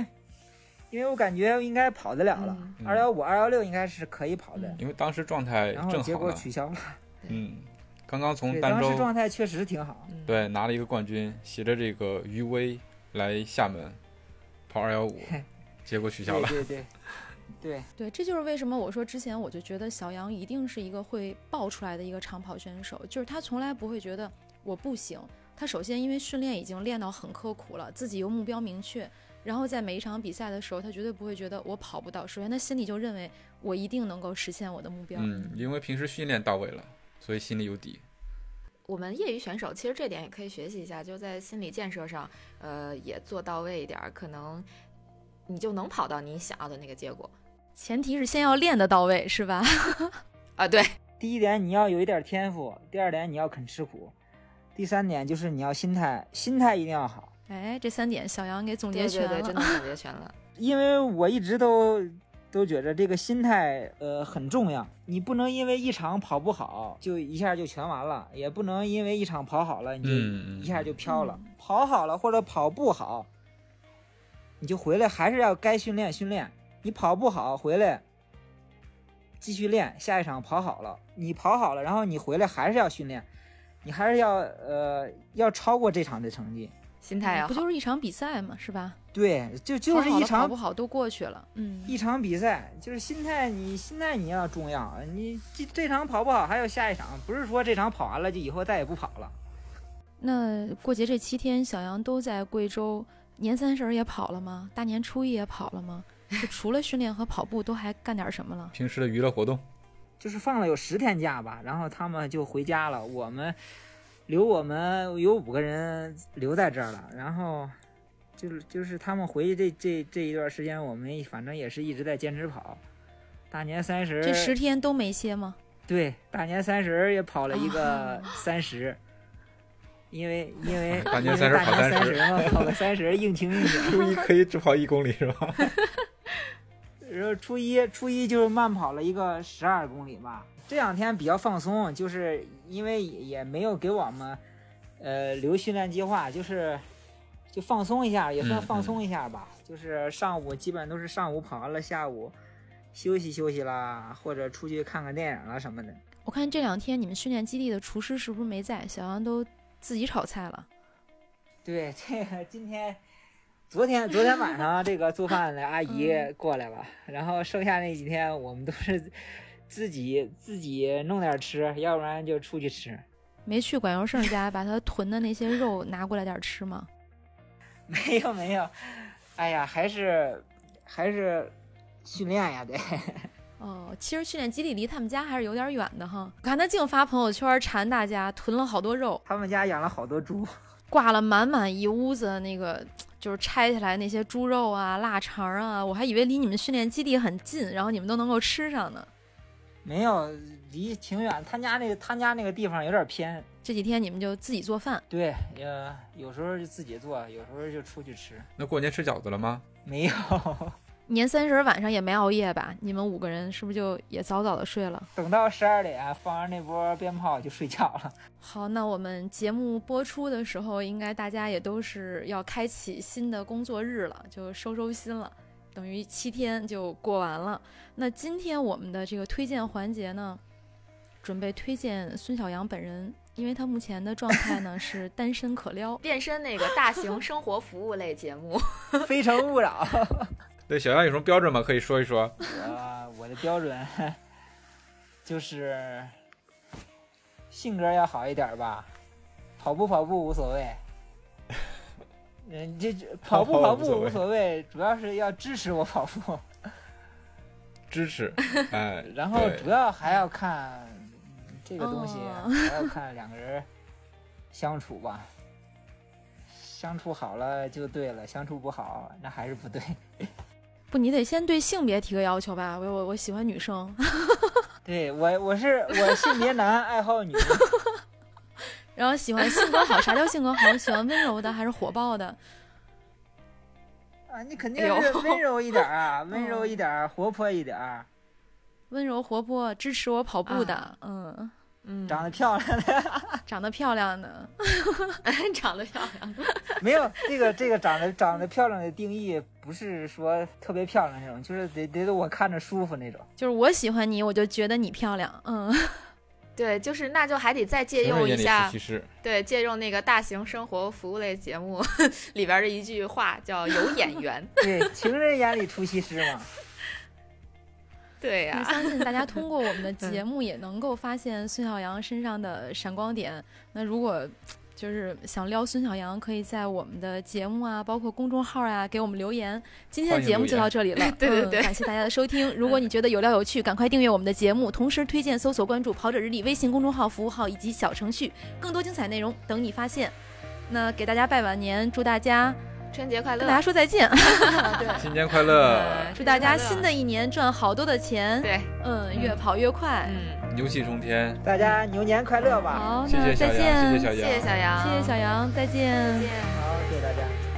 Speaker 4: 因为我感觉应该跑得了了，
Speaker 2: 嗯
Speaker 4: 二幺五、二幺六应该是可以跑的。
Speaker 2: 嗯
Speaker 3: 因为当时状态
Speaker 4: 然后
Speaker 3: 正
Speaker 4: 结
Speaker 3: 好
Speaker 4: 果
Speaker 3: 呢，
Speaker 4: 取消了，
Speaker 3: 嗯，刚刚从
Speaker 4: 对，
Speaker 3: 儋
Speaker 4: 当时
Speaker 3: 州
Speaker 4: 状态确实挺好。
Speaker 2: 嗯，
Speaker 3: 对拿了一个冠军，携着这个余威来厦门跑二幺五，结果取消
Speaker 4: 对
Speaker 3: 了。
Speaker 4: 对对对，
Speaker 1: 对，这就是为什么我说之前我就觉得小杨一定是一个会爆出来的一个长跑选手，就是他从来不会觉得我不行。他首先因为训练已经练到很刻苦了，自己有目标明确，然后在每一场比赛的时候，他绝对不会觉得我跑不到。首先他心里就认为我一定能够实现我的目标。
Speaker 3: 嗯，因为平时训练到位了，所以心里有底。
Speaker 2: 我们业余选手其实这点也可以学习一下，就在心理建设上，呃，也做到位一点儿，可能你就能跑到你想要的那个结果
Speaker 1: 前提是先要练得到位，是吧？
Speaker 2: 啊。对，
Speaker 4: 第一点你要有一点天赋，第二点你要肯吃苦，第三点就是你要心态，心态一定要好。
Speaker 1: 哎，这三点小杨给总结
Speaker 2: 对
Speaker 1: 全
Speaker 2: 对
Speaker 1: 了。
Speaker 2: 对，真的总结全了。
Speaker 4: 因为我一直都都觉着这个心态呃很重要，你不能因为一场跑不好就一下就全完了，也不能因为一场跑好了你
Speaker 3: 嗯
Speaker 4: 就
Speaker 3: 嗯
Speaker 4: 一下就飘了。
Speaker 1: 嗯
Speaker 4: 跑好了或者跑不好，你就回来还是要该训练训练。你跑不好回来继续练，下一场跑好了，你跑好了，然后你回来还是要训练，你还是要呃要超过这场的成绩。
Speaker 2: 心态要
Speaker 1: 嗯不
Speaker 2: 好，
Speaker 1: 就是一场比赛嘛，是吧？
Speaker 4: 对，就就是
Speaker 1: 跑好
Speaker 4: 一
Speaker 1: 了
Speaker 4: 场
Speaker 1: 跑不好都过去了。嗯，
Speaker 4: 一场比赛就是心态你，心态你要重要。你这这场跑不好，还有下一场，不是说这场跑完了就以后再也不跑了。
Speaker 1: 那过节这七天，小杨都在贵州，年三十儿也跑了吗？大年初一也跑了吗？就除了训练和跑步，都还干点什么了？
Speaker 3: 平时的娱乐活动，
Speaker 4: 就是放了有十天假吧，然后他们就回家了，我们留我们有五个人留在这儿了，然后就是就是他们回去这这这一段时间，我们反正也是一直在坚持跑。大年三十，
Speaker 1: 这十天都没歇吗？
Speaker 4: 对，大年三十也跑了一个三十、因为因为
Speaker 3: 大
Speaker 4: 因
Speaker 3: 年
Speaker 4: 为
Speaker 3: 30
Speaker 4: 大
Speaker 3: 跑30
Speaker 4: 年 三十嘛，跑个三十，硬挺硬挺。
Speaker 3: 初一可以只跑一公里是吧？
Speaker 4: 然后初一初一就是慢跑了一个十二公里吧。这两天比较放松，就是因为也也没有给我们呃留训练计划，就是就放松一下，也算
Speaker 3: 嗯
Speaker 4: 放
Speaker 3: 嗯
Speaker 4: 松一下吧。就是上午基本都是上午跑完了，下午休息休息啦，或者出去看看电影啦什么的。
Speaker 1: 我看这两天你们训练基地的厨师是不是没在？小杨都自己炒菜了。
Speaker 4: 对，这个今天，昨天昨天晚上这个做饭的阿姨
Speaker 1: 嗯
Speaker 4: 过来了，然后剩下那几天我们都是自己自己弄点吃，要不然就出去吃。
Speaker 1: 没去管尤胜家把他囤的那些肉拿过来点儿吃吗？
Speaker 4: 没有没有，哎呀，还是还是训练呀，得。
Speaker 1: 哦，其实训练基地离他们家还是有点远的哈。我看他净发朋友圈馋大家囤了好多肉，
Speaker 4: 他们家养了好多猪，
Speaker 1: 挂了满满一屋子的那个，就是拆下来那些猪肉啊、腊肠啊，我还以为离你们训练基地很近，然后你们都能够吃上呢。
Speaker 4: 没有离挺远，他家那个他家那个地方有点偏。
Speaker 1: 这几天你们就自己做饭，
Speaker 4: 对，呃，有时候就自己做，有时候就出去吃。
Speaker 3: 那过年吃饺子了吗？
Speaker 4: 没有，
Speaker 1: 年三十儿晚上也没熬夜吧？你们五个人是不是就也早早的睡了？
Speaker 4: 等到十二点放完那波鞭炮就睡觉了。
Speaker 1: 好，那我们节目播出的时候，应该大家也都是要开启新的工作日了，就收收心了，等于七天就过完了。那今天我们的这个推荐环节呢，准备推荐孙小阳本人，因为他目前的状态呢是单身可撩。
Speaker 2: 变身那个大型生活服务类节 目，
Speaker 4: 非诚勿扰。
Speaker 3: 对，小杨有什么标准吗？可以说一说。
Speaker 4: 我呃我的标准 就是性格要好一点吧，跑步跑步无所 谓。嗯，这这跑步跑
Speaker 3: 跑步无
Speaker 4: 步
Speaker 3: 所
Speaker 4: 无
Speaker 3: 谓
Speaker 4: 所谓，主要是要支持我跑步，
Speaker 3: 支持，哎，
Speaker 4: 然后
Speaker 3: 对
Speaker 4: 主要还要看嗯这个东西，
Speaker 1: 哦
Speaker 4: 还要看两个人相处吧。相处好了就对了，相处不好那还是不 对。
Speaker 1: 不，你得先对性别提个要求吧？我我我喜欢女生，
Speaker 4: 对我我是我性别男，爱好女。
Speaker 1: 然后喜欢性格好，啥叫性格好？喜欢温柔的还是火爆的？
Speaker 4: 啊，你肯定
Speaker 2: 哎呦嗯
Speaker 4: 是温柔一点儿 啊，温柔一点儿，活泼一点儿，啊
Speaker 1: 温柔活泼，支持我跑步的，
Speaker 2: 啊
Speaker 1: 嗯，
Speaker 2: 嗯，
Speaker 4: 长得漂亮 的，
Speaker 1: 长得漂亮的，
Speaker 2: 长得漂亮，
Speaker 4: 没有这个这个长得长得漂亮的定义，不是说特别漂亮那种，就是得得我看着舒服那种。
Speaker 1: 就是我喜欢你，我就觉得你漂亮，嗯，
Speaker 2: 对，就是那就还得再借
Speaker 3: 形容
Speaker 2: 用
Speaker 3: 眼
Speaker 2: 一
Speaker 3: 里
Speaker 2: 下
Speaker 3: 是其，实，
Speaker 2: 对，借用那个大型生活服务类节目里边的一句话，叫“有眼缘
Speaker 4: 对，情人眼里出西施嘛。”。
Speaker 2: 对啊嗯呀、
Speaker 1: 也 相信大家通过我 们的节目也能够发现孙小阳身上的闪光点。那如果就是想撩孙小阳，可以在我们的节目啊，包括公众号啊，给我们留言。今天的节目就到这里了，
Speaker 2: 欢迎留言 嗯对对对
Speaker 1: 嗯感谢大家的收听。如果你觉得有料有趣，赶快订阅我们的节目，同时推荐、搜索、关注“跑者日历”微信公众号、服务号以及小程序，更多精彩内容等你发现。那给大家拜晚年，祝大家
Speaker 2: 春节快乐！
Speaker 1: 跟大家说再见，
Speaker 2: 对
Speaker 3: 新年快乐，
Speaker 2: 嗯
Speaker 1: 祝大家
Speaker 2: 春节快乐
Speaker 1: 新的一年赚好多的钱，
Speaker 2: 对，
Speaker 1: 嗯，越跑越快。
Speaker 2: 嗯，
Speaker 3: 牛气冲天，
Speaker 4: 大家牛年快乐吧！
Speaker 1: 好，
Speaker 3: 嗯谢
Speaker 1: 那
Speaker 3: 谢小
Speaker 1: 再
Speaker 3: 杨，
Speaker 1: 见，
Speaker 3: 谢谢小
Speaker 2: 谢
Speaker 3: 杨
Speaker 2: 谢，小杨，
Speaker 1: 谢谢小杨，再见
Speaker 2: 再见。
Speaker 4: 好，谢谢大家。